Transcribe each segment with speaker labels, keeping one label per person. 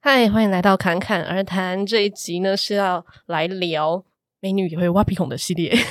Speaker 1: 嗨，欢迎来到侃侃而谈。这一集呢是要来聊美女也会挖鼻孔的系列。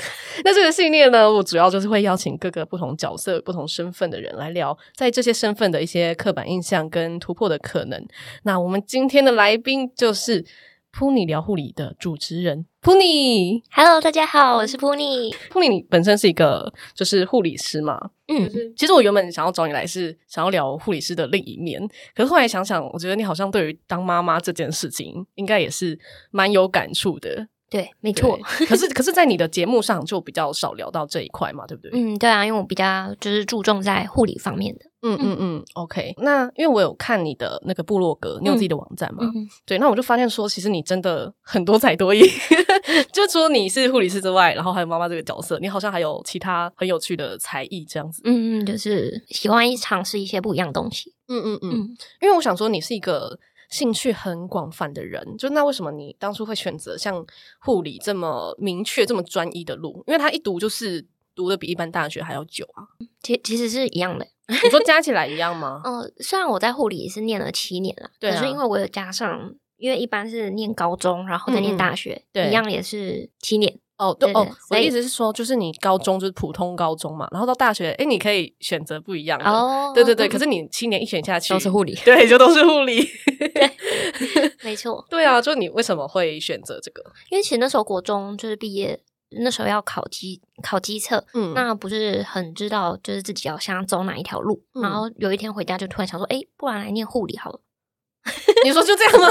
Speaker 1: 那这个系列呢，我主要就是会邀请各个不同角色、不同身份的人来聊，在这些身份的一些刻板印象跟突破的可能。那我们今天的来宾就是扑你聊护理的主持人扑你。
Speaker 2: Hello，大家好，我是 Pony。
Speaker 1: 扑你，你本身是一个就是护理师嘛，
Speaker 2: 嗯，
Speaker 1: 其实我原本想要找你来是想要聊护理师的另一面，可是后来想想，我觉得你好像对于当妈妈这件事情，应该也是蛮有感触的。
Speaker 2: 对，没
Speaker 1: 对
Speaker 2: 错。
Speaker 1: 可是可 是，在你的节目上就比较少聊到这一块嘛，对不对？
Speaker 2: 嗯，对啊，因为我比较就是注重在护理方面的。
Speaker 1: 嗯嗯嗯，OK。那因为我有看你的那个部落格，你有自己的网站嘛？
Speaker 2: 嗯，
Speaker 1: 对，那我就发现说，其实你真的很多才多艺， 就除了你是护理师之外，然后还有妈妈这个角色，你好像还有其他很有趣的才艺这样子。
Speaker 2: 嗯嗯，就是喜欢一尝试一些不一样的东西。
Speaker 1: 嗯嗯嗯。
Speaker 2: 嗯
Speaker 1: 因为我想说你是一个兴趣很广泛的人，就那为什么你当初会选择像护理这么明确、这么专一的路？因为他一读就是读的比一般大学还要久啊。
Speaker 2: 其其实是一样的。
Speaker 1: 你说加起来一样 吗？
Speaker 2: 呃，虽然我在护理也是念了七年了，
Speaker 1: 对啊
Speaker 2: 可是因为我有加上，因为一般是念高中，然后再
Speaker 1: 嗯嗯
Speaker 2: 念大学，
Speaker 1: 对
Speaker 2: 一样也是七年。
Speaker 1: 哦，对
Speaker 2: 对
Speaker 1: 哦
Speaker 2: 对，
Speaker 1: 我的
Speaker 2: 所以
Speaker 1: 意思是说，就是你高中就是普通高中嘛，然后到大学，哎，你可以选择不一样的。
Speaker 2: 哦
Speaker 1: 对对对，可是你七年一选下去，
Speaker 2: 都是护理
Speaker 1: 对，就都是护理。
Speaker 2: 没错。
Speaker 1: 对啊，就你为什么会选择这个？
Speaker 2: 因为其实那时候国中就是毕业，那时候要考机考机测，
Speaker 1: 嗯
Speaker 2: 那不是很知道就是自己要想走哪一条路。
Speaker 1: 嗯
Speaker 2: 然后有一天回家就突然想说，哎、不然来念护理 好了。
Speaker 1: 你说就这 样吗？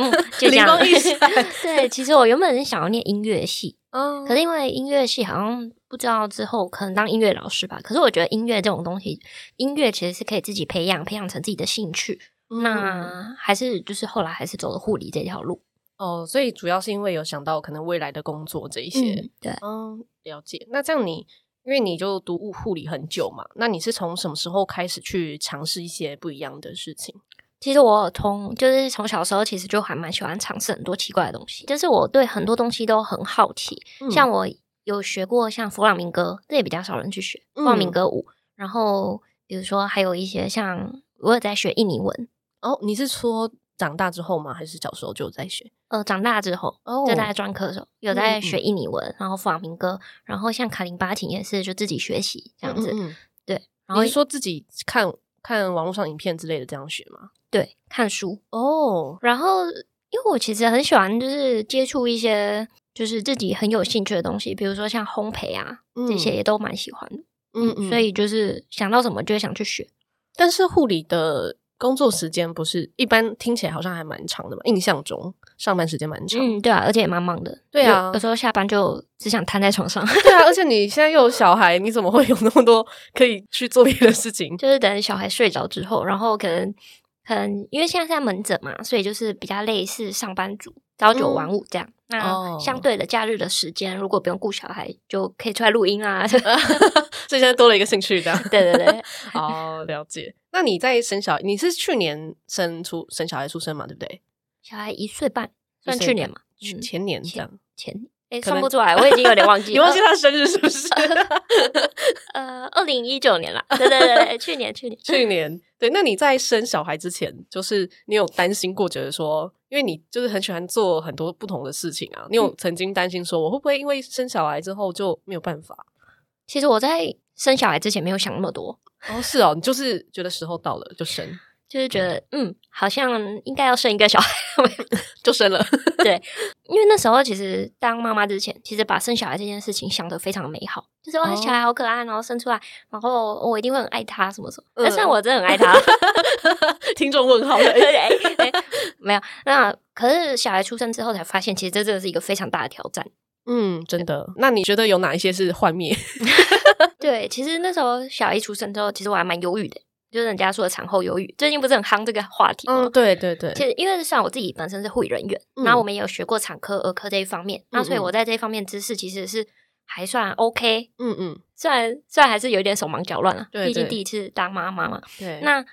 Speaker 2: 嗯，就这
Speaker 1: 灵
Speaker 2: 样。
Speaker 1: 光一闪。
Speaker 2: 对，其实我原本是想要念音乐系，
Speaker 1: 嗯
Speaker 2: 可是因为音乐系好像不知道之后可能当音乐老师吧。可是我觉得音乐这种东西，音乐其实是可以自己培养，培养成自己的兴趣。
Speaker 1: 嗯
Speaker 2: 那还是就是后来还是走了护理这条路。
Speaker 1: 哦，所以主要是因为有想到可能未来的工作这一些。
Speaker 2: 嗯，对。
Speaker 1: 嗯，了解。那这样你，因为你就读物护理很久嘛，那你是从什么时候开始去尝试一些不一样的事情？
Speaker 2: 其实我从就是从小时候，其实就还蛮喜欢尝试很多奇怪的东西，就是我对很多东西都很好奇。像
Speaker 1: 我，
Speaker 2: 我有学过像弗朗明哥，这也比较少人去学
Speaker 1: 嗯
Speaker 2: 弗朗明哥舞。然后比如说还有一些像我有在学印尼文，
Speaker 1: 哦，你是说长大之后吗？还是小时候就有在学？
Speaker 2: 呃，长大之后
Speaker 1: 哦
Speaker 2: 就在专科的时候有
Speaker 1: 嗯嗯
Speaker 2: 在学印尼文，然后弗朗明哥，然后像卡林巴琴也是就自己学习这样子。
Speaker 1: 嗯嗯
Speaker 2: 对，
Speaker 1: 嗯
Speaker 2: 然后
Speaker 1: 你是说自己看看网络上影片之类的这样学吗？
Speaker 2: 对看书，
Speaker 1: 哦，
Speaker 2: 然后，因为我其实很喜欢，就是接触一些就是自己很有兴趣的东西，比如说像烘焙啊，这些也都蛮喜欢的。
Speaker 1: 嗯嗯，
Speaker 2: 所以就是想到什么就会想去学。
Speaker 1: 但是护理的工作时间不是一般听起来好像还蛮长的嘛？印象中上班时间蛮长的。
Speaker 2: 嗯，对啊，而且也蛮忙的。
Speaker 1: 对啊
Speaker 2: 有有时候下班就只想瘫在床上，
Speaker 1: 对啊，而且你现在又有小孩，你怎么会有那么多可以去做别的事情？
Speaker 2: 就是等小孩睡着之后，然后可能可能因为现在是在门诊嘛，所以就是比较类似上班族，朝九晚五这样。
Speaker 1: 哦
Speaker 2: 那相对的假日的时间，如果不用顾小孩，就可以出来录 音啊。
Speaker 1: 所以现在多了一个兴趣，这 样。
Speaker 2: 对对对，
Speaker 1: 哦，了解。那你在生小，你是去年生出生小孩出生嘛？对不对？
Speaker 2: 小孩一岁半，
Speaker 1: 一岁
Speaker 2: 算去年嘛，
Speaker 1: 去
Speaker 2: 嗯
Speaker 1: 前年这样，
Speaker 2: 前哎
Speaker 1: 可能
Speaker 2: 算不出来，我已经有点忘 记了。
Speaker 1: 你忘记他生日是 不是？
Speaker 2: 呃，二零一九年啦， 对对对对，去年 去年。
Speaker 1: 去年对。那你在生小孩之前，就是你有担心过，觉得说，因为你就是很喜欢做很多不同的事情啊，你有曾经担心说，我会不会因为生小孩之后就没有办法？
Speaker 2: 其实我在生小孩之前没有想那么多，
Speaker 1: 哦，是哦，你就是觉得时候到了就生，
Speaker 2: 就是觉得嗯，好像应该要生一个小孩。
Speaker 1: 就生了。
Speaker 2: 对，因为那时候其实当妈妈之前，其实把生小孩这件事情想得非常美好，就是哇、
Speaker 1: 哦
Speaker 2: 小孩好可爱，然后生出来，然后我一定会很爱他什么什么。
Speaker 1: 嗯
Speaker 2: 但虽然我真的很 爱他，
Speaker 1: 听众问号了，
Speaker 2: 对对对，没有。那可是小孩出生之后才发现，其实这真的是一个非常大的挑战。
Speaker 1: 嗯，真的。那你觉得有哪一些是幻灭？
Speaker 2: 对，其实那时候小一出生之后，其实我还蛮忧郁的，就是人家说的产后忧郁。最近不是很夯这个话题吗？
Speaker 1: 嗯对对对
Speaker 2: 其实因为像我自己本身是护理人员，
Speaker 1: 嗯
Speaker 2: 那、后我们也有学过产科、儿科这一方面，那所以
Speaker 1: 嗯嗯
Speaker 2: 我在这一方面知识其实是还算 OK，
Speaker 1: 嗯嗯，
Speaker 2: 虽然虽然还是有一点手忙脚乱了、
Speaker 1: 对
Speaker 2: 毕竟
Speaker 1: 对
Speaker 2: 第一次当妈妈嘛。
Speaker 1: 对
Speaker 2: 那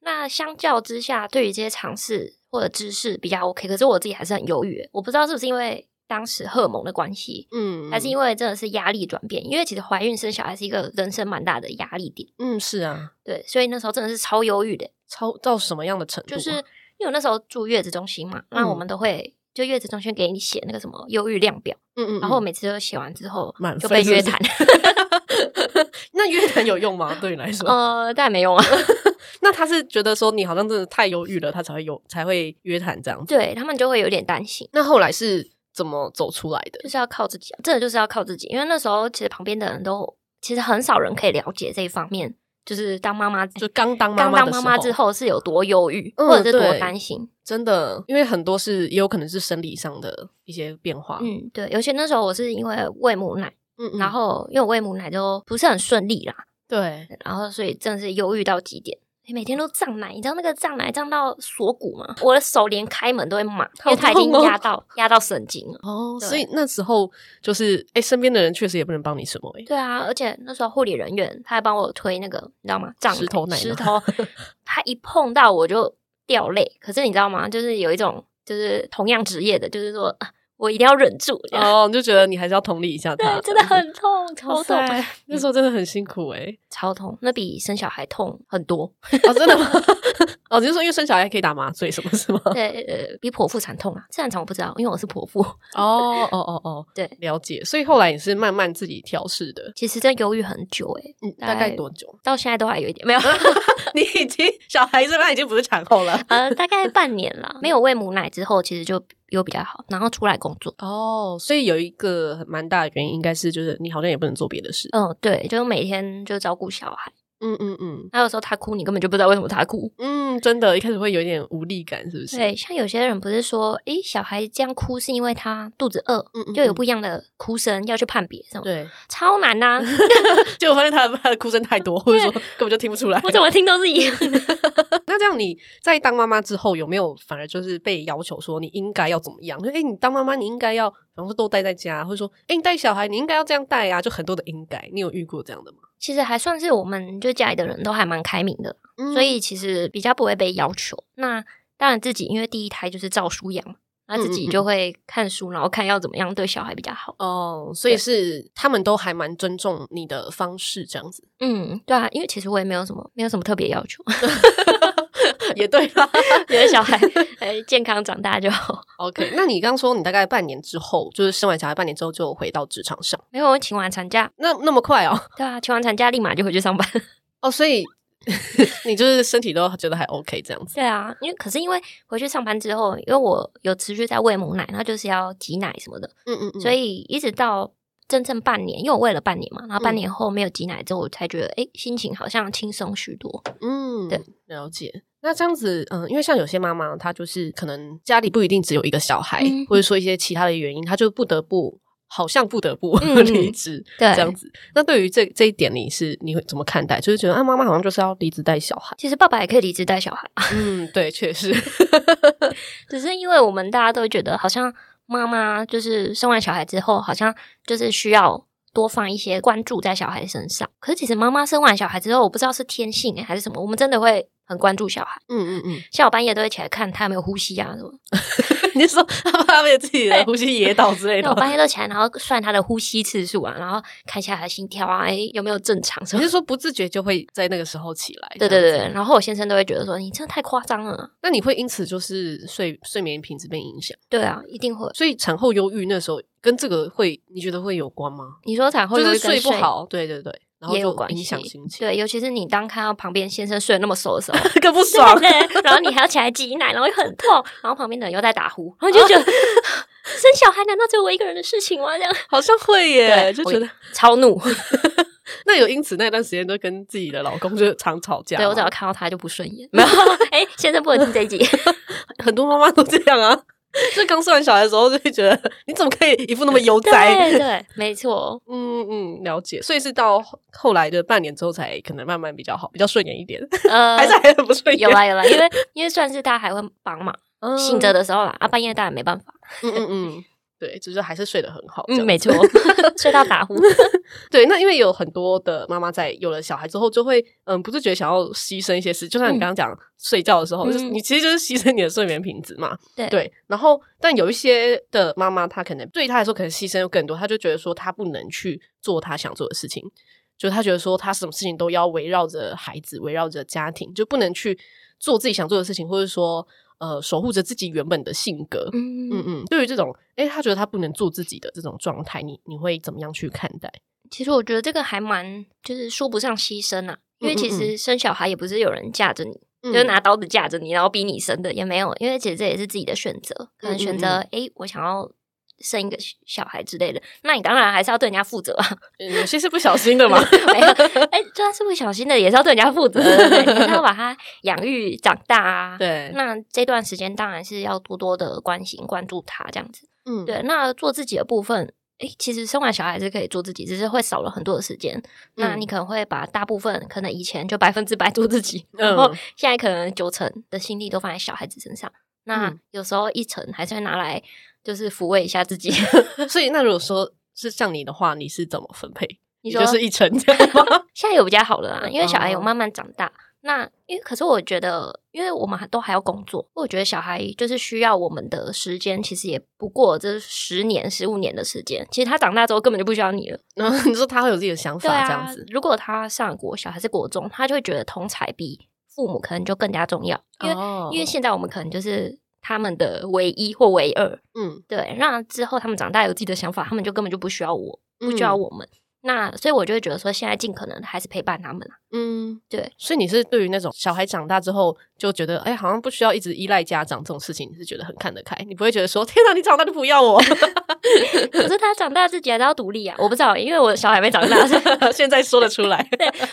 Speaker 2: 那相较之下，对于这些尝试或者知识比较 OK，可是我自己还是很犹豫，我不知道是不是因为当时荷尔蒙的关系，
Speaker 1: 嗯
Speaker 2: 还是因为真的是压力转变，因为其实怀孕生小孩是一个人生蛮大的压力点，
Speaker 1: 嗯是啊，
Speaker 2: 对，所以那时候真的是超忧郁的，
Speaker 1: 超到什么样的程度啊？
Speaker 2: 就是因为我那时候住月子中心嘛，那
Speaker 1: 嗯
Speaker 2: 我们都会就月子中心给你写那个什么忧郁量表，
Speaker 1: 嗯嗯，
Speaker 2: 然后我每次都写完之后
Speaker 1: 满
Speaker 2: 就
Speaker 1: 分
Speaker 2: 被
Speaker 1: 是不
Speaker 2: 约
Speaker 1: 是
Speaker 2: 谈，
Speaker 1: 那约谈有用吗？对 你来说，
Speaker 2: 呃，但没用啊。
Speaker 1: 那他是觉得说你好像真的太忧郁了，他才会有才会约谈这样子。
Speaker 2: 对他们就会有点担心，
Speaker 1: 那后来是怎么走出来的？
Speaker 2: 就是要靠自己啊，真的就是要靠自己。因为那时候其实旁边的人都，其实很少人可以了解这一方面，就是当妈妈
Speaker 1: 就刚当妈
Speaker 2: 刚
Speaker 1: 妈
Speaker 2: 当
Speaker 1: 的时
Speaker 2: 妈
Speaker 1: 候
Speaker 2: 妈之后是有多忧郁，
Speaker 1: 嗯
Speaker 2: 或者是
Speaker 1: 对
Speaker 2: 多担心。
Speaker 1: 真的，因为很多是也有可能是生理上的一些变化。
Speaker 2: 嗯，对，尤其那时候我是因为喂母奶，
Speaker 1: 嗯
Speaker 2: 然后因为我喂母奶就不是很顺利啦，
Speaker 1: 对，
Speaker 2: 然后所以真的是忧郁到极点。你每天都胀奶，你知道那个胀奶胀到锁骨吗？我的手连开门都会麻，因为它已经
Speaker 1: 好痛哦
Speaker 2: 压到压到神经了。
Speaker 1: 哦，
Speaker 2: 对
Speaker 1: 所以那时候就是哎、诶身边的人确实也不能帮你什么哎、诶
Speaker 2: 对啊，而且那时候护理人员他还帮我推那个，你知道吗？胀
Speaker 1: 石头奶吗
Speaker 2: 石 头，他一碰到我就掉泪。可是你知道吗？就是有一种就是同样职业的，就是说啊我一定要忍住，这样、
Speaker 1: 哦，你就觉得你还是要同理一下他，
Speaker 2: 对，真的很痛，超痛，
Speaker 1: 哦哇塞那时候真的很辛苦哎、诶
Speaker 2: 超痛，那比生小孩痛很多。
Speaker 1: 哦，真的吗？哦，你是说因为生小孩可以打麻醉什么是吗？
Speaker 2: 对，呃，比剖腹产痛啊。自然产我不知道，因为我是剖腹。
Speaker 1: 哦哦哦哦，
Speaker 2: 对
Speaker 1: 了解。所以后来你是慢慢自己调试的，
Speaker 2: 其实真忧郁很久诶、
Speaker 1: 嗯，
Speaker 2: 大
Speaker 1: 大概
Speaker 2: 概
Speaker 1: 多久？
Speaker 2: 到现在都还有一点没有，
Speaker 1: 你已经小孩子他已经不是产后了。
Speaker 2: 呃，大概半年啦。没有喂母奶之后，其实就有比较好，然后出来工作。
Speaker 1: 哦，所以有一个很蛮大的原因，应该是就是你好像也不能做别的事。
Speaker 2: 嗯，对，就是每天就照顾小孩。
Speaker 1: 嗯嗯嗯
Speaker 2: 那有时候他哭，你根本就不知道为什么他哭。
Speaker 1: 嗯，真的，一开始会有一点无力感，是不是？，
Speaker 2: 对，像有些人不是说，诶，小孩这样哭是因为他肚子饿，
Speaker 1: 嗯嗯
Speaker 2: 就有
Speaker 1: 嗯
Speaker 2: 不一样的哭声要去判别，什么
Speaker 1: 对。
Speaker 2: 超难 呐、
Speaker 1: 结果发现他的他的哭声太多，或者说根本就听不出来。
Speaker 2: 我怎么听都是一样的。
Speaker 1: 那这样你在当妈妈之后，有没有反而就是被要求说你应该要怎么样？就哎、你当妈妈你应该要，然后说都待在家，或者说哎、你带小孩你应该要这样带啊，就很多的应该。你有遇过这样的吗？
Speaker 2: 其实还算是我们就家里的人都还蛮开明的，
Speaker 1: 嗯
Speaker 2: 所以其实比较不会被要求。那当然自己因为第一胎就是照书养嘛，那自己就会看书，然后看要怎么样对小孩比较好。
Speaker 1: 哦，所以是他们都还蛮尊重你的方式，这样子
Speaker 2: 嗯，对啊，因为其实我也没有什么没有什么特别要求，
Speaker 1: 也对啦。
Speaker 2: 觉得小孩哎健康长大就好。
Speaker 1: OK，那你刚说你大概半年之后，就是生完小孩半年之后就回到职场上，
Speaker 2: 没有，我请完产假，
Speaker 1: 那那么快哦？
Speaker 2: 对啊，请完产假立马就回去上班。
Speaker 1: 哦，所以 你就是身体都觉得还 OK 这样子。
Speaker 2: 对啊，因为可是因为回去上班之后，因为我有持续在喂母奶，那就是要挤奶什么的，
Speaker 1: 嗯嗯嗯
Speaker 2: 所
Speaker 1: 所以
Speaker 2: 以一直到真正半年，因为我喂了半年嘛，然后半年后没有挤奶之后，我才觉得哎、诶心情好像轻松许多。
Speaker 1: 嗯，
Speaker 2: 对，
Speaker 1: 了解。那这样子，嗯，因为像有些妈妈，她就是可能家里不一定只有一个小孩，
Speaker 2: 嗯
Speaker 1: 或者说一些其他的原因，她就不得不，好像不得不
Speaker 2: 嗯
Speaker 1: 离职、
Speaker 2: 对
Speaker 1: 这样子。那对于这这一点，你是你会怎么看待？就是觉得啊，妈妈好像就是要离职带小孩。
Speaker 2: 其实爸爸也可以离职带小孩，啊
Speaker 1: 嗯，对，确实，
Speaker 2: 只是因为我们大家都觉得好像妈妈就是生完小孩之后，好像就是需要。多放一些关注在小孩身上，可是其实妈妈生完小孩之后，我不知道是天性、诶欸还是什么，我们真的会很关注小孩，
Speaker 1: 嗯嗯嗯，
Speaker 2: 像我半夜都会起来看他有没有呼吸啊什么。
Speaker 1: 你是说他怕被自己的呼吸噎到之类
Speaker 2: 那我
Speaker 1: 的？
Speaker 2: 半夜都起来，然后算他的呼吸次数啊，然后看一下他的心跳啊，哎、有没有正常什
Speaker 1: 你
Speaker 2: 么
Speaker 1: 是？说不自觉就会在那个时候起来？
Speaker 2: 对
Speaker 1: 这
Speaker 2: 对
Speaker 1: 样子
Speaker 2: 对，对，然后我先生都会觉得说你真的太夸张了啊、
Speaker 1: 那你会因此就是睡睡眠品质被影响，
Speaker 2: 对啊，一定会。
Speaker 1: 所以产后忧郁那时候跟这个会你觉得会有关吗？
Speaker 2: 你说产后
Speaker 1: 就
Speaker 2: 忧
Speaker 1: 是
Speaker 2: 郁跟
Speaker 1: 睡不好，对对对，然后
Speaker 2: 也有
Speaker 1: 就
Speaker 2: 关系
Speaker 1: 影响心情，
Speaker 2: 对，尤其是你当看到旁边先生睡得那么熟的 时 候，
Speaker 1: 更不
Speaker 2: 对
Speaker 1: 爽。
Speaker 2: 对，然后你还要起来挤奶，然后又很痛，然后旁边的人又在打呼，然后 就觉得生小孩难道只有我一个人的事情吗？这样
Speaker 1: 好像 会耶，
Speaker 2: 对
Speaker 1: 就觉得
Speaker 2: 超怒。
Speaker 1: 那有因此那段时间都跟自己的老公就是常吵架吗。
Speaker 2: 对我只要看到他就不顺眼，没有。 哎，先生不能听这一 集。
Speaker 1: 很多妈妈都这样啊，就刚生完小孩的时候就会觉得你怎么可以一副那么悠哉？
Speaker 2: 对对，没错。
Speaker 1: 嗯嗯，了解。所以是到后后来的半年之后，才可能慢慢比较好，比较顺眼一点，
Speaker 2: 呃，
Speaker 1: 还是还很不顺眼。
Speaker 2: 有啦有啦，因为因为算是他还会帮忙，
Speaker 1: 嗯
Speaker 2: 醒着的时候啦，啊半夜当然没办法，
Speaker 1: 嗯嗯嗯， 对，就是还是睡得很好。
Speaker 2: 嗯没
Speaker 1: 错。
Speaker 2: 错， 睡到打呼，
Speaker 1: 对，那因为有很多的妈妈在有了小孩之后，就会嗯不自觉想要牺牲一些事，就像你
Speaker 2: 嗯
Speaker 1: 刚刚讲、睡觉的时候，
Speaker 2: 嗯
Speaker 1: 就是你其实就是牺牲你的睡眠品质嘛。
Speaker 2: 对
Speaker 1: 对，然后但有一些的妈妈，她可能对她来说可能牺牲又更多，她就觉得说她不能去做她想做的事情，就她觉得说她什么事情都要围绕着孩子，围绕着家庭，就不能去做自己想做的事情，或者说。呃守护着自己原本的性格。
Speaker 2: 嗯
Speaker 1: 嗯嗯，对于这种，哎，他觉得他不能做自己的这种状态，你你会怎么样去看待？
Speaker 2: 其实我觉得这个还蛮，就是说不上牺牲啊，因为其实生小孩也不是有人架着你，就是拿刀子架着你，然后逼你生的也没有，因为其实这也是自己的选择，可能选择
Speaker 1: 嗯
Speaker 2: 诶，我想要生一个小孩之类的，那你当然还是要对人家负责 啊，
Speaker 1: 嗯有些是不小心的 嘛，
Speaker 2: 哎呀，哎，就算是不小心的，也是要对人家负责的，对不对你是要把他养育长大啊。
Speaker 1: 对，
Speaker 2: 那这段时间当然是要多多的关心、关注他这样子。
Speaker 1: 嗯，
Speaker 2: 对，那做自己的部分，诶，其实生完小孩是可以做自己，只是会少了很多的时间。那
Speaker 1: 嗯
Speaker 2: 你可能会把大部分，可能以前就百分之百做自己，
Speaker 1: 嗯
Speaker 2: 然后现在可能九成的心力都放在小孩子身上。那
Speaker 1: 嗯
Speaker 2: 有时候一成还是会拿来，就是抚慰一下 自己。
Speaker 1: 所以那如果说是像你的话，你是怎么分配？
Speaker 2: 你说
Speaker 1: 就是一成这样吗？
Speaker 2: 现在有比较好了啦，因为小孩有
Speaker 1: 哦
Speaker 2: 慢慢长大。那因为可是我觉得，因为我们还都还要工作，我觉得小孩就是需要我们的时间，其实也不过这十年、十五年的时间。其实他长大之后根本就不需要你了。
Speaker 1: 然后你说他会有自己的想
Speaker 2: 对
Speaker 1: 法，
Speaker 2: 啊，
Speaker 1: 这样子，
Speaker 2: 如果他上国小还是国中，他就会觉得同才比父母可能就更加重要，因为、
Speaker 1: 哦
Speaker 2: 因为现在我们可能就是他们的唯一或唯二。
Speaker 1: 嗯，
Speaker 2: 对，那之后他们长大有自己的想法，他们就根本就不需要我，不需要
Speaker 1: 嗯
Speaker 2: 我们。那所以我就会觉得说，现在尽可能还是陪伴他们。
Speaker 1: 嗯，
Speaker 2: 对。
Speaker 1: 所以你是对于那种小孩长大之后就觉得，哎、好像不需要一直依赖家长这种事情，你是觉得很看得开，你不会觉得说，天哪，你长大就不要我，
Speaker 2: 可是他长大自己还是要独立啊！我不知道，因为我小孩没长大，所以
Speaker 1: 现在说得出来。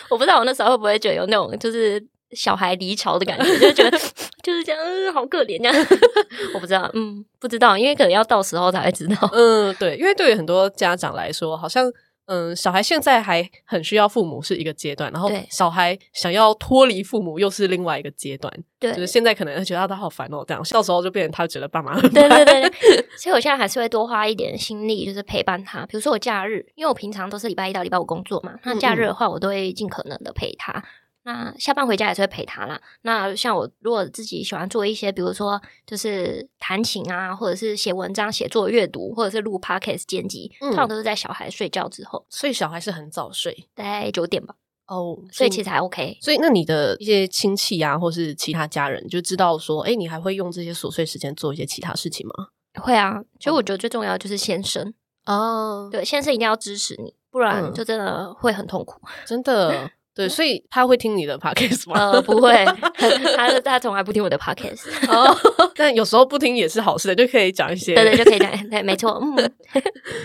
Speaker 2: 我不知道我那时候会不会觉得有那种就是小孩离巢的感觉，就是觉得 就是这样，嗯，好可怜这样。 我不知道，嗯，不知道，因为可能要到时候才会知道。
Speaker 1: 嗯，对，因为对于很多家长来说，好像嗯，小孩现在还很需要父母是一个阶段，然后
Speaker 2: 对
Speaker 1: 小孩想要脱离父母又是另外一个阶段，
Speaker 2: 对，
Speaker 1: 就是
Speaker 2: 对
Speaker 1: 现在可能觉得啊他好烦哦，这样到时候就变成他觉得爸妈很烦。
Speaker 2: 对 对对，所以我现在还是会多花一点心力，就是陪伴他。比如说我假日，因为我平常都是礼拜一到礼拜五工作嘛，那
Speaker 1: 嗯
Speaker 2: 假日的话，我都会尽可能的陪他。那下班回家也是会陪他啦。那像我如果自己喜欢做一些，比如说就是弹琴啊，或者是写文章、写作、阅读，或者是录 podcast 剪辑，
Speaker 1: 嗯
Speaker 2: 通常都是在小孩睡觉之后，
Speaker 1: 所以小孩是很早睡
Speaker 2: 大概九点吧，
Speaker 1: 哦，
Speaker 2: 所以其实还 OK。
Speaker 1: 所以，那你的一些亲戚啊，或是其他家人，就知道说，哎、你还会用这些琐碎时间做一些其他事情吗？
Speaker 2: 会啊，所以我觉得最重要就是先生，
Speaker 1: 哦，
Speaker 2: 对，先生一定要支持你，不然
Speaker 1: 嗯
Speaker 2: 就真的会很痛苦。
Speaker 1: 真的， 对，所以他会听你的 podcast 吗？
Speaker 2: 呃，不 会， 他他从来不听我的 podcast。
Speaker 1: 哦， 但有时候不听也是好事的，就可以讲一些，
Speaker 2: 对对，就可以讲，对，没错， 嗯，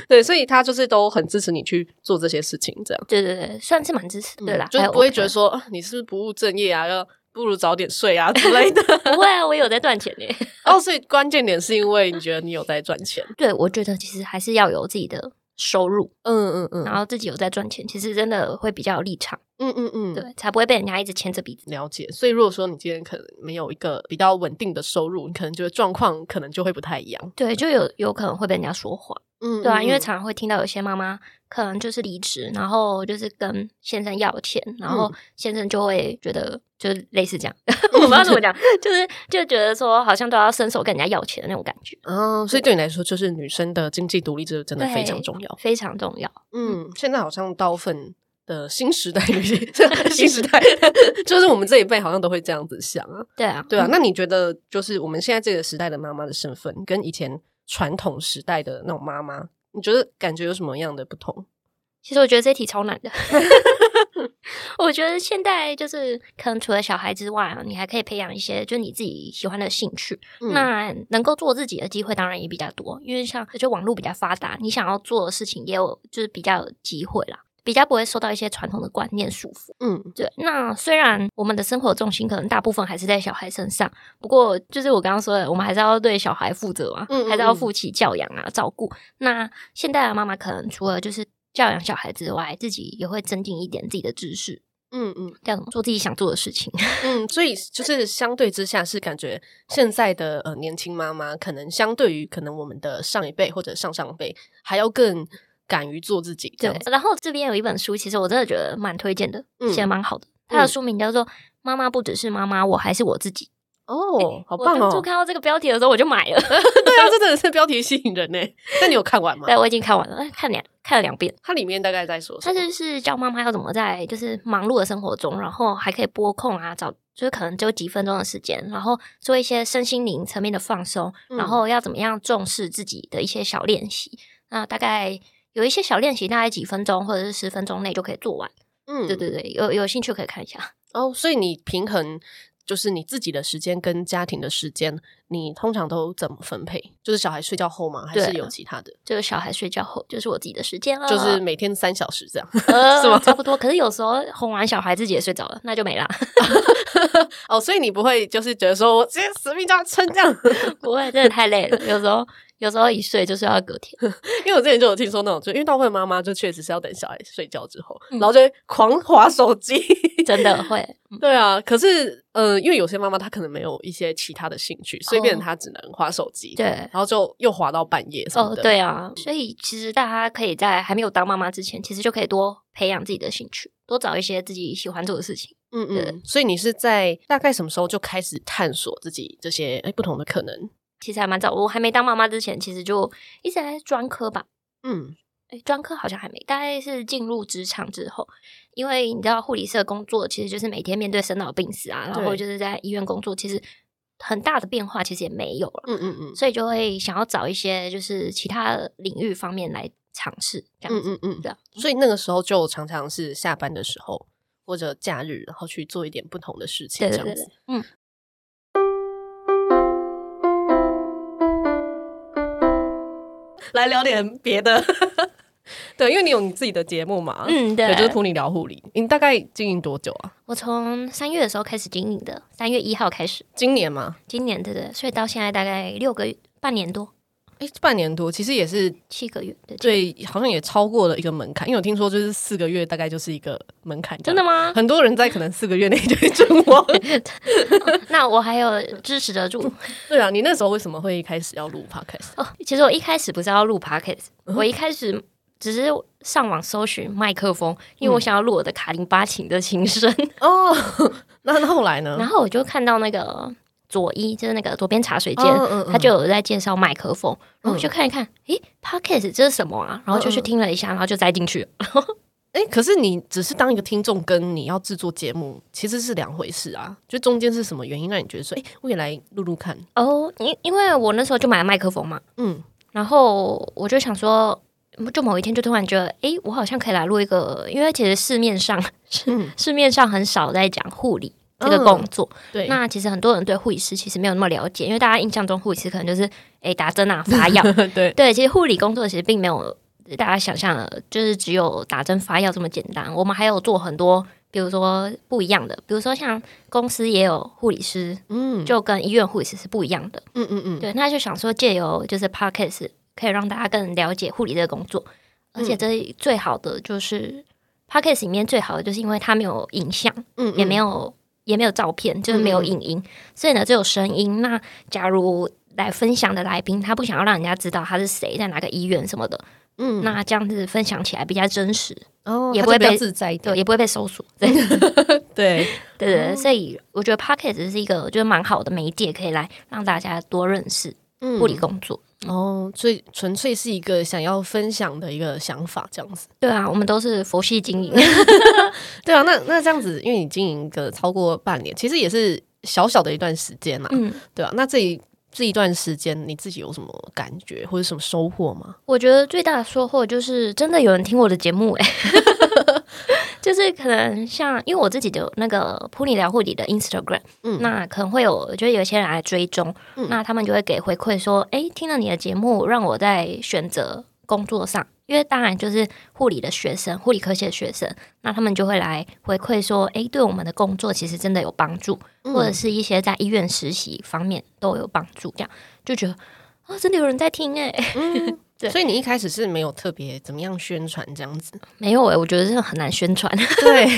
Speaker 1: 对，所以他就是都很支持你去做这些事情，这样，
Speaker 2: 对对对，算是蛮支持，对啦
Speaker 1: 嗯，就
Speaker 2: 还
Speaker 1: 是不会
Speaker 2: OK
Speaker 1: 觉得说、啊你是不是不务正业啊，要不如早点睡啊之类的。
Speaker 2: 不会啊，我有在赚钱呢。
Speaker 1: 哦，所以关键点是因为你觉得你有在赚钱，
Speaker 2: 对，我觉得其实还是要有自己的收入，
Speaker 1: 嗯嗯嗯
Speaker 2: 然后自己有在赚钱，其实真的会比较有立场，
Speaker 1: 嗯嗯嗯，
Speaker 2: 对，才不会被人家一直牵着鼻子。
Speaker 1: 了解，所以如果说你今天可能没有一个比较稳定的收入，你可能觉得状况可能就会不太一样。
Speaker 2: 对，就有有可能会被人家说谎，
Speaker 1: 嗯
Speaker 2: 对啊，因为常常会听到有些妈妈可能就是离职，然后就是跟先生要钱，然后
Speaker 1: 嗯
Speaker 2: 先生就会觉得就是类似这样， 我不知道怎么讲，就是就觉得说好像都要伸手跟人家要钱的那种感觉，
Speaker 1: 哦，所以对你来说，就是女生的经济独立，这真的非常
Speaker 2: 对
Speaker 1: 重要。
Speaker 2: 非常重要。
Speaker 1: 嗯，现在好像大部分的新时代女 性，新时 代就是我们这一辈好像都会这样子想啊。
Speaker 2: 对啊，
Speaker 1: 对啊，
Speaker 2: 嗯
Speaker 1: 那你觉得就是我们现在这个时代的妈妈的身份，跟以前传统时代的那种妈妈，你觉得感觉有什么样的不同？
Speaker 2: 其实我觉得这题 超难的。我觉得现在就是可能除了小孩之外啊，你还可以培养一些就你自己喜欢的兴趣。
Speaker 1: 嗯
Speaker 2: 那能够做自己的机会当然也比较多，因为像就网络比较发达，你想要做的事情也有就是比较有机会啦，比较不会受到一些传统的观念束缚。
Speaker 1: 嗯
Speaker 2: 对，那虽然我们的生活重心可能大部分还是在小孩身上，不过就是我刚刚说的，我们还是要对小孩负责啊，
Speaker 1: 嗯嗯
Speaker 2: 还是要
Speaker 1: 嗯
Speaker 2: 负起教养啊、照顾。那现在的妈妈可能除了就是教养小孩之外，自己也会增进一点自己的知识，
Speaker 1: 嗯嗯
Speaker 2: 这样做自己想做的事情。
Speaker 1: 嗯，所以就是相对之下，是感觉现在的呃年轻妈妈，可能相对于可能我们的上一辈或者上上辈，还要更敢于做自己这
Speaker 2: 对
Speaker 1: 样，子。
Speaker 2: 然后这边有一本书，其实我真的觉得蛮推荐的，
Speaker 1: 嗯
Speaker 2: 写的蛮好的。它的
Speaker 1: 嗯
Speaker 2: 书名叫做《妈妈不只是妈妈，我还是我自己》。
Speaker 1: 哦，好
Speaker 2: 我
Speaker 1: 棒
Speaker 2: 当初
Speaker 1: 哦！
Speaker 2: 看到这个标题的时候，我就买了。
Speaker 1: 对啊，这真的是标题吸引人呢。那你有看完吗？
Speaker 2: 对，我已经看完了，哎看两看了两遍。
Speaker 1: 它里面大概在说什
Speaker 2: 但
Speaker 1: 么？
Speaker 2: 是是教妈妈要怎么在就是忙碌的生活中，然后还可以拨空啊，找就是可能就几分钟的时间，然后做一些身心灵层面的放松，
Speaker 1: 嗯
Speaker 2: 然后要怎么样重视自己的一些小练习。那大概有一些小练习，大概几分钟或者是十分钟内就可以做完。
Speaker 1: 嗯
Speaker 2: 对对对，有有兴趣可以看一下。
Speaker 1: 哦，所以你平衡就是你自己的时间跟家庭的时间，你通常都怎么分配？就是小孩睡觉后吗？还是
Speaker 2: 对啊呃
Speaker 1: 有其他的？
Speaker 2: 就是小孩睡觉后，就是我自己的时间了，
Speaker 1: 就是每天三小时这样。
Speaker 2: 呃
Speaker 1: 是吗
Speaker 2: 差不多。可是有时候哄完小孩自己也睡着了，那就没啦。
Speaker 1: 哦，所以你不会就是觉得说我今天死命就要撑这样，
Speaker 2: 不会，真的太累了。有时候有时候一睡就是要隔天，
Speaker 1: 因为我之前就有听说那种，就运动会妈妈就确实是要等小孩睡觉之后，
Speaker 2: 嗯
Speaker 1: 然后就会狂划手机。
Speaker 2: 真的会。
Speaker 1: 对啊，可是呃，因为有些妈妈她可能没有一些其他的兴趣，所以变成她只能划手机，
Speaker 2: 哦对，
Speaker 1: 然后就又划到半夜什么
Speaker 2: 哦，
Speaker 1: 的。
Speaker 2: 对啊，所以其实大家可以在还没有当妈妈之前，其实就可以多培养自己的兴趣，多找一些自己喜欢做的事情。
Speaker 1: 嗯嗯
Speaker 2: 对，
Speaker 1: 所以你是在大概什么时候就开始探索自己这些哎不同的可能？
Speaker 2: 其实还蛮早，我还没当妈妈之前，其实就一直在专科吧。
Speaker 1: 嗯
Speaker 2: 诶专科好像还没，大概是进入职场之后，因为你知道护理社工作其实就是每天面对生老病死啊，然后
Speaker 1: 对
Speaker 2: 就是在医院工作，其实很大的变化其实也没有了，
Speaker 1: 嗯嗯嗯
Speaker 2: 所以就会想要找一些就是其他领域方面来尝试这
Speaker 1: 嗯
Speaker 2: 样子。
Speaker 1: 嗯嗯，
Speaker 2: 对啊
Speaker 1: 所以那个时候就常常是下班的时候或者假日，然后去做一点不同的事情，
Speaker 2: 对
Speaker 1: 这
Speaker 2: 对
Speaker 1: 样
Speaker 2: 对
Speaker 1: 子
Speaker 2: 对。，嗯，
Speaker 1: 来聊点别的， 对，因为你有你自己的节目嘛，
Speaker 2: 嗯对
Speaker 1: 就是普你聊护理，你大概经营多久啊？
Speaker 2: 我从三月的时候开始经营的，三月一号开始，
Speaker 1: 今年吗？
Speaker 2: 今年对对，所以到现在大概六个月，半年多，
Speaker 1: 哎，半年多，其实也是
Speaker 2: 七个月，对，
Speaker 1: 对，好像也超过了一个门槛，因为我听说就是四个月大概就是一个门槛，
Speaker 2: 真的
Speaker 1: 吗？
Speaker 2: 吗？
Speaker 1: 很多人在可能四个月内就会 阵亡。
Speaker 2: 那我还有支持得住。
Speaker 1: 对啊，你那时候为什么会开始要录 podcast？
Speaker 2: 哦，其实我一开始不是要录 podcast，、我
Speaker 1: 嗯
Speaker 2: 一开始只是上网搜寻麦克风，因为我想要录我的卡林巴琴的琴声。
Speaker 1: 哦， 那那后来呢？
Speaker 2: 然后我就看到那个左一，就是那个左边茶水间，
Speaker 1: 嗯嗯嗯
Speaker 2: 他就有在介绍麦克风，然后我
Speaker 1: 嗯
Speaker 2: 就看一看，诶 p o d c a s t 这是什么啊？然后就去听了一下，然后就栽进去了。
Speaker 1: 哎、可是你只是当一个听众，跟你要制作节目其实是两回事啊。就中间是什么原因让你觉得说，哎、我也来录录看？
Speaker 2: 哦，因因为我那时候就买了麦克风嘛，
Speaker 1: 嗯，
Speaker 2: 然后我就想说。就某一天就突然觉得，诶，我好像可以来录一个，因为其实市面上、
Speaker 1: 嗯
Speaker 2: 市面上很少在讲护理这个工作，
Speaker 1: 对，
Speaker 2: 那其实很多人对护理师其实没有那么了解，因为大家印象中护理师可能就是诶打针啊、发药。
Speaker 1: 对，
Speaker 2: 对，其实护理工作其实并没有大家想象的，就是只有打针发药这么简单。我们还有做很多，比如说不一样的，比如说像公司也有护理师，
Speaker 1: 嗯，
Speaker 2: 就跟医院护理师是不一样的。
Speaker 1: 嗯嗯嗯，
Speaker 2: 对，那就想说借由就是 podcast 可以让大家更了解护理这个工作，而
Speaker 1: 嗯
Speaker 2: 且这最好的就是、podcast 里面最好的就是因为它没有影像。
Speaker 1: 嗯嗯
Speaker 2: 也没有也没有照片，就是没有影音，所以呢只有声音。那假如来分享的来宾，他不想要让人家知道他是谁，在哪个医院什么的，
Speaker 1: 嗯，
Speaker 2: 那这样子分享起来比较真实，
Speaker 1: 哦，
Speaker 2: 也
Speaker 1: 他
Speaker 2: 不
Speaker 1: 就
Speaker 2: 会
Speaker 1: 比较
Speaker 2: 被
Speaker 1: 自在一点
Speaker 2: 对，，也不哦会被搜索。 对对
Speaker 1: 对，
Speaker 2: 对对，所以我觉得 podcast 是一个就是蛮好的媒介，可以来让大家多认识
Speaker 1: 嗯
Speaker 2: 护理工作。
Speaker 1: 哦，所以纯粹是一个想要分享的一个想法，这样子。
Speaker 2: 对啊，我们都是佛系经营，
Speaker 1: 对啊，那那这样子，因为你经营个超过半年，其实也是小小的一段时间啦，
Speaker 2: 嗯。
Speaker 1: 对啊，那这一这一段时间，你自己有什么感觉或者什么收获吗？
Speaker 2: 我觉得最大的收获就是真的有人听我的节目哎、 就是可能像因为我自己的有那个普里聊护理的 Instagram，
Speaker 1: 嗯
Speaker 2: 那可能会有就是有些人来追踪，
Speaker 1: 嗯
Speaker 2: 那他们就会给回馈说，哎、听了你的节目，让我在选择工作上，因为当然就是护理的学生，护理科系的学生，那他们就会来回馈说，哎、对我们的工作其实真的有帮助，或
Speaker 1: 嗯
Speaker 2: 者是一些在医院实习方面都有帮助，这样就觉得啊、真的有人在听哎、
Speaker 1: 嗯，
Speaker 2: 对
Speaker 1: 所以你一开始是没有特别怎么样宣传这样子，
Speaker 2: 没有诶、欸我觉得这很难宣 传。
Speaker 1: 对，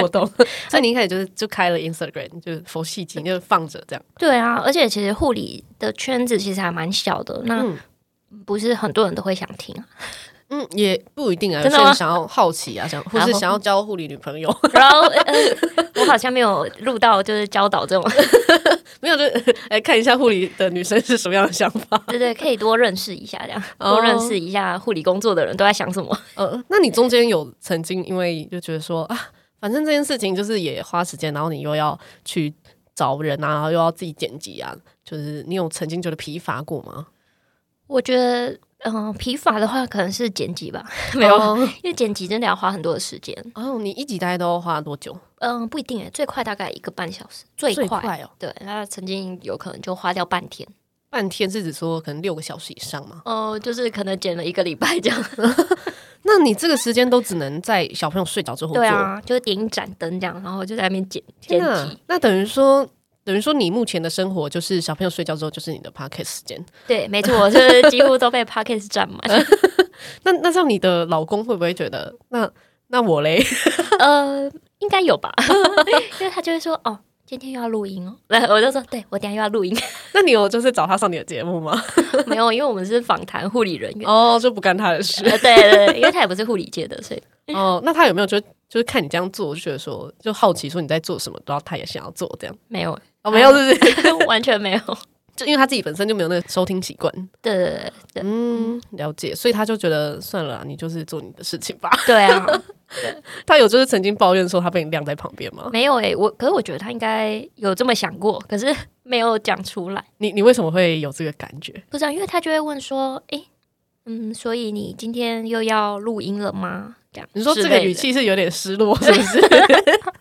Speaker 1: 我懂。所以你一开始就是就开了 Instagram，就是佛系经就放着这样。
Speaker 2: 对啊，而且其实护理的圈子其实还蛮小的，那
Speaker 1: 嗯
Speaker 2: 不是很多人都会想听啊。
Speaker 1: 嗯，也不一定啊，有
Speaker 2: 真的
Speaker 1: 些人
Speaker 2: 吗
Speaker 1: 想要好奇啊，想或是
Speaker 2: 好
Speaker 1: 想要交护理女朋友，
Speaker 2: 然后、呃我好像没有录到就是教导 这种，
Speaker 1: 没有就来看一下护理的女生是什么样的想法。
Speaker 2: 对对，可以多认识一下，这样
Speaker 1: 哦
Speaker 2: 多认识一下护理工作的人都在想什么。
Speaker 1: 呃，那你中间有曾经因为就觉得说啊，反正这件事情就是也花时间，然后你又要去找人啊，然后又要自己剪辑啊，就是你有曾经觉得疲乏过吗？
Speaker 2: 我觉得，嗯、疲乏的话可能是剪辑吧， 没有，
Speaker 1: 哦，
Speaker 2: 因为剪辑真的要花很多的时间。
Speaker 1: 哦你一集大概都要花多久？
Speaker 2: 嗯、不一定诶，最快大概一个半小时，最快。
Speaker 1: 哦，
Speaker 2: 对，那曾经有可能就花掉半天，
Speaker 1: 半天是指说可能六个小时以上吗？
Speaker 2: 哦、就是可能剪了一个礼拜这样。
Speaker 1: 那你这个时间都只能在小朋友睡着之后做。
Speaker 2: 对啊，就是点一盏灯这样，然后就在那边剪剪
Speaker 1: 天哪
Speaker 2: 辑。，
Speaker 1: 那等于说。等于说，你目前的生活就是小朋友睡觉之后，就是你的 p o c k e t 时间。
Speaker 2: 对，没错，就是几乎都被 p o c k e t 占满。
Speaker 1: 那那这样，你的老公会不会觉得，那那我嘞？
Speaker 2: 呃，应该有吧，因为他就会说哦。今天又要录音哦，来，我就说，对我等一下又要录音，
Speaker 1: 那你有就是找他上你的节目 吗？
Speaker 2: 没有，因为我们是访谈护理人员，
Speaker 1: 哦，就不干他的 事。
Speaker 2: 呃对对，对因为他也不是护理界的，所以
Speaker 1: 哦，那他有没有就就是看你这样做，就觉得说就好奇说你在做什么，然后他也想要做这样？
Speaker 2: 没有，
Speaker 1: 哦，没有，是 不是？
Speaker 2: 完全没有。
Speaker 1: 就因为他自己本身就没有那个收听习惯。
Speaker 2: 对对对对
Speaker 1: 嗯，了解，所以他就觉得算了啦，你就是做你的事情吧。
Speaker 2: 对啊，
Speaker 1: 他有就是曾经抱怨说他被你晾在旁边吗？
Speaker 2: 没有诶、我可是我觉得他应该有这么想过，可是没有讲出来。
Speaker 1: 你你为什么会有这个感觉？
Speaker 2: 不知道，因为他就会问说，诶、嗯，所以你今天又要录音了吗？这样，
Speaker 1: 你说这个语，气是有点失 落，是不是？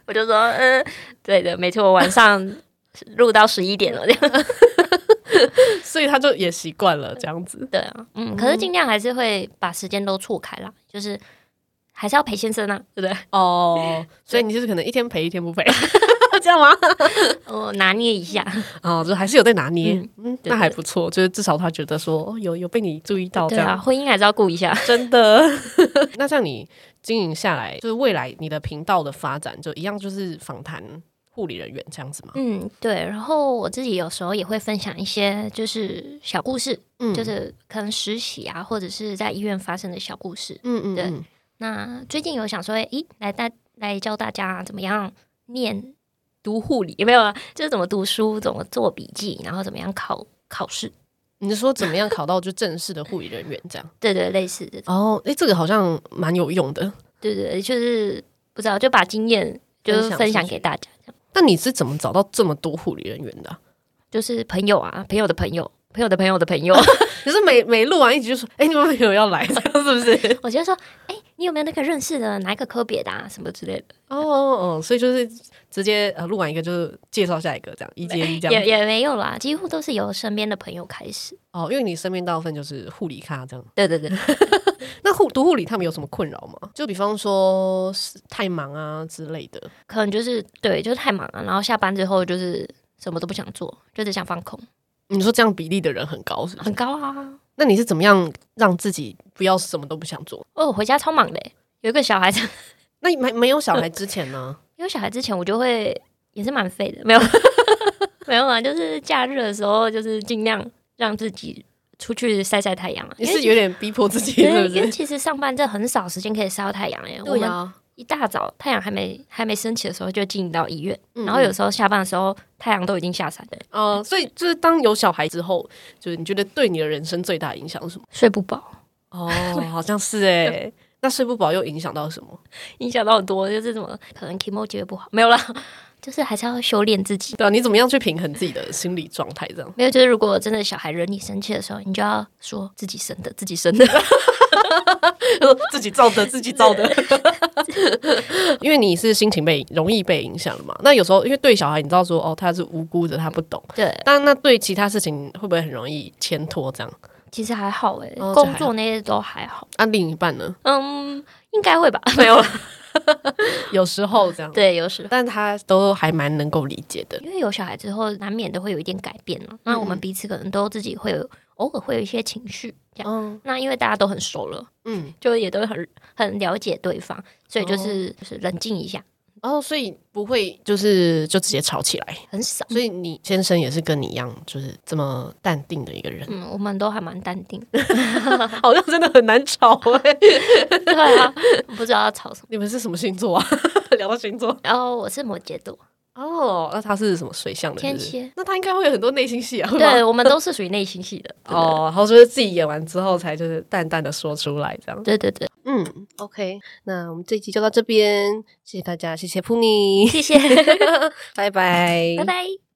Speaker 2: 我就说，嗯，对的，没错，晚上录到十一点了，这样。
Speaker 1: 所以他就也习惯了这样子。
Speaker 2: 对啊，嗯，可是尽量还是会把时间都错开啦，就是还是要陪先生啊，对不 对？
Speaker 1: 哦， 所以你就是可能一天陪一天不陪， 这样吗？
Speaker 2: 我拿捏一下，
Speaker 1: 哦，就还是有在拿捏，嗯，
Speaker 2: 对
Speaker 1: 那还不错，就是至少他觉得说，哦，有有被你注意到这
Speaker 2: 对啊，
Speaker 1: 样，
Speaker 2: 婚姻还是要顾 一下。
Speaker 1: 真的。那像你经营下来，就是未来你的频道的发展，就一样就是访谈护理人员这样子吗？
Speaker 2: 嗯，对。然后我自己有时候也会分享一些就是小故事，
Speaker 1: 嗯
Speaker 2: 就是可能实习啊，或者是在医院发生的小故事。
Speaker 1: 嗯嗯
Speaker 2: 对那最近有想说，诶，来大来教大家怎么样念读护 理，有没有啊？就是怎么读书，怎么做笔记，然后怎么样考考试，
Speaker 1: 你是说怎么样考到就正式的护理人员这样？
Speaker 2: 对对，类似的，
Speaker 1: 哦，诶，这个好像蛮有用的。
Speaker 2: 对对，就是不知道就把经验就是
Speaker 1: 分
Speaker 2: 分
Speaker 1: 享
Speaker 2: 享
Speaker 1: 出去
Speaker 2: 给大家，这样
Speaker 1: 那你是怎么找到这么多护理人员的啊、
Speaker 2: 就是朋友啊，朋友的朋友，哦朋友的朋友的朋友，
Speaker 1: 可是每每录完一集就说，诶，你们朋友要来，这样是不是？
Speaker 2: 我就说，诶，你有没有那个认识的哪一个科别的啊，什么之类的。
Speaker 1: 哦哦哦，所以就是直接呃录完一个就是介绍下一个这样，一接一这样
Speaker 2: 也。也没有啦，几乎都是由身边的朋友开始。
Speaker 1: 哦，因为你身边大部分就是护理咖这样。
Speaker 2: 对对对，
Speaker 1: 那护读护理他们有什么困扰吗？就比方说是太忙啊之类的。
Speaker 2: 可能就是对，就是太忙了，然后下班之后就是什么都不想做，就只想放空，
Speaker 1: 你说这样比例的人很高是不
Speaker 2: 很
Speaker 1: 是？
Speaker 2: 高啊。
Speaker 1: 那你是怎么样让自己不要什么都不想做？
Speaker 2: 哦，我回家超忙的欸，有一个小孩子，
Speaker 1: 那你没没有小孩之前呢？
Speaker 2: 有小孩之前我就会也是蛮废的，没有 没有啊，就是假日的时候就是尽量让自己出去晒晒太阳啊，
Speaker 1: 你
Speaker 2: 因为
Speaker 1: 是有点逼迫自己，
Speaker 2: 因
Speaker 1: 是啊
Speaker 2: 为
Speaker 1: 不
Speaker 2: 因为
Speaker 1: 是？
Speaker 2: 其实上班这很少时间可以晒到太阳哎、我们
Speaker 1: 呀，
Speaker 2: 一大早太阳还没还没升起的时候就进到医院，
Speaker 1: 嗯
Speaker 2: 然后有时候下班的时候太阳都已经下山了欸、
Speaker 1: 嗯、呃所以就是当有小孩之后，就是你觉得对你的人生最大的影响是什么？
Speaker 2: 睡不饱。
Speaker 1: 哦，好像是哎、那睡不饱又影响到什么？
Speaker 2: 影响到很多，就是什么可能 emoji 不好，没有啦， 就是还是要修炼自己。
Speaker 1: 对啊，你怎么样去平衡自己的心理状态？这样
Speaker 2: 没有，就是如果真的小孩惹你生气的时候，你就要说自己生的，自己 生的。
Speaker 1: 自己造的，自己造的。 因为你是心情被容易被影响嘛，那有时候因为对小孩，你知道说哦，他是无辜的，他不懂。
Speaker 2: 对，
Speaker 1: 但那对其他事情会不会很容易牵拖这样？
Speaker 2: 其实还好诶、
Speaker 1: 哦
Speaker 2: 工作那些都还好。
Speaker 1: 啊，另一半呢？
Speaker 2: 嗯，应该会吧？ 没有啦。
Speaker 1: 有时候 这样，
Speaker 2: 对，有时候
Speaker 1: 但他都还蛮能够理解的。
Speaker 2: 因为有小孩之后，难免都会有一点改变了。那我们彼此可能都自己会有偶尔会有一些情绪，这样。
Speaker 1: 嗯
Speaker 2: 那因为大家都很熟了，
Speaker 1: 嗯，
Speaker 2: 哦就也都很很了解对方，所以就是、就是冷静一下，
Speaker 1: 哦，所以不会就是就直接吵起来。
Speaker 2: 很少。
Speaker 1: 所以你先生也是跟你一样，就是这么淡定的一个人，
Speaker 2: 嗯，我们都还蛮淡 定。
Speaker 1: 好像真的很难吵哎、
Speaker 2: 对啊，不知道要吵什么。
Speaker 1: 你们是什么星座啊？ 聊到星座
Speaker 2: 然后我是摩羯座，
Speaker 1: 哦，那他是什么水象的？
Speaker 2: 天
Speaker 1: 是不是
Speaker 2: 蝎
Speaker 1: 那他应该会有很多内心戏啊。会吗
Speaker 2: 对我们都是属于内心戏的。
Speaker 1: 哦，然后就是自己演完之后才就是淡淡的说出来这样。
Speaker 2: 对对对，
Speaker 1: 嗯，OK，那我们这一集就到 这边，谢谢大家，谢谢普尼，
Speaker 2: 谢谢，
Speaker 1: 拜拜，
Speaker 2: 拜拜。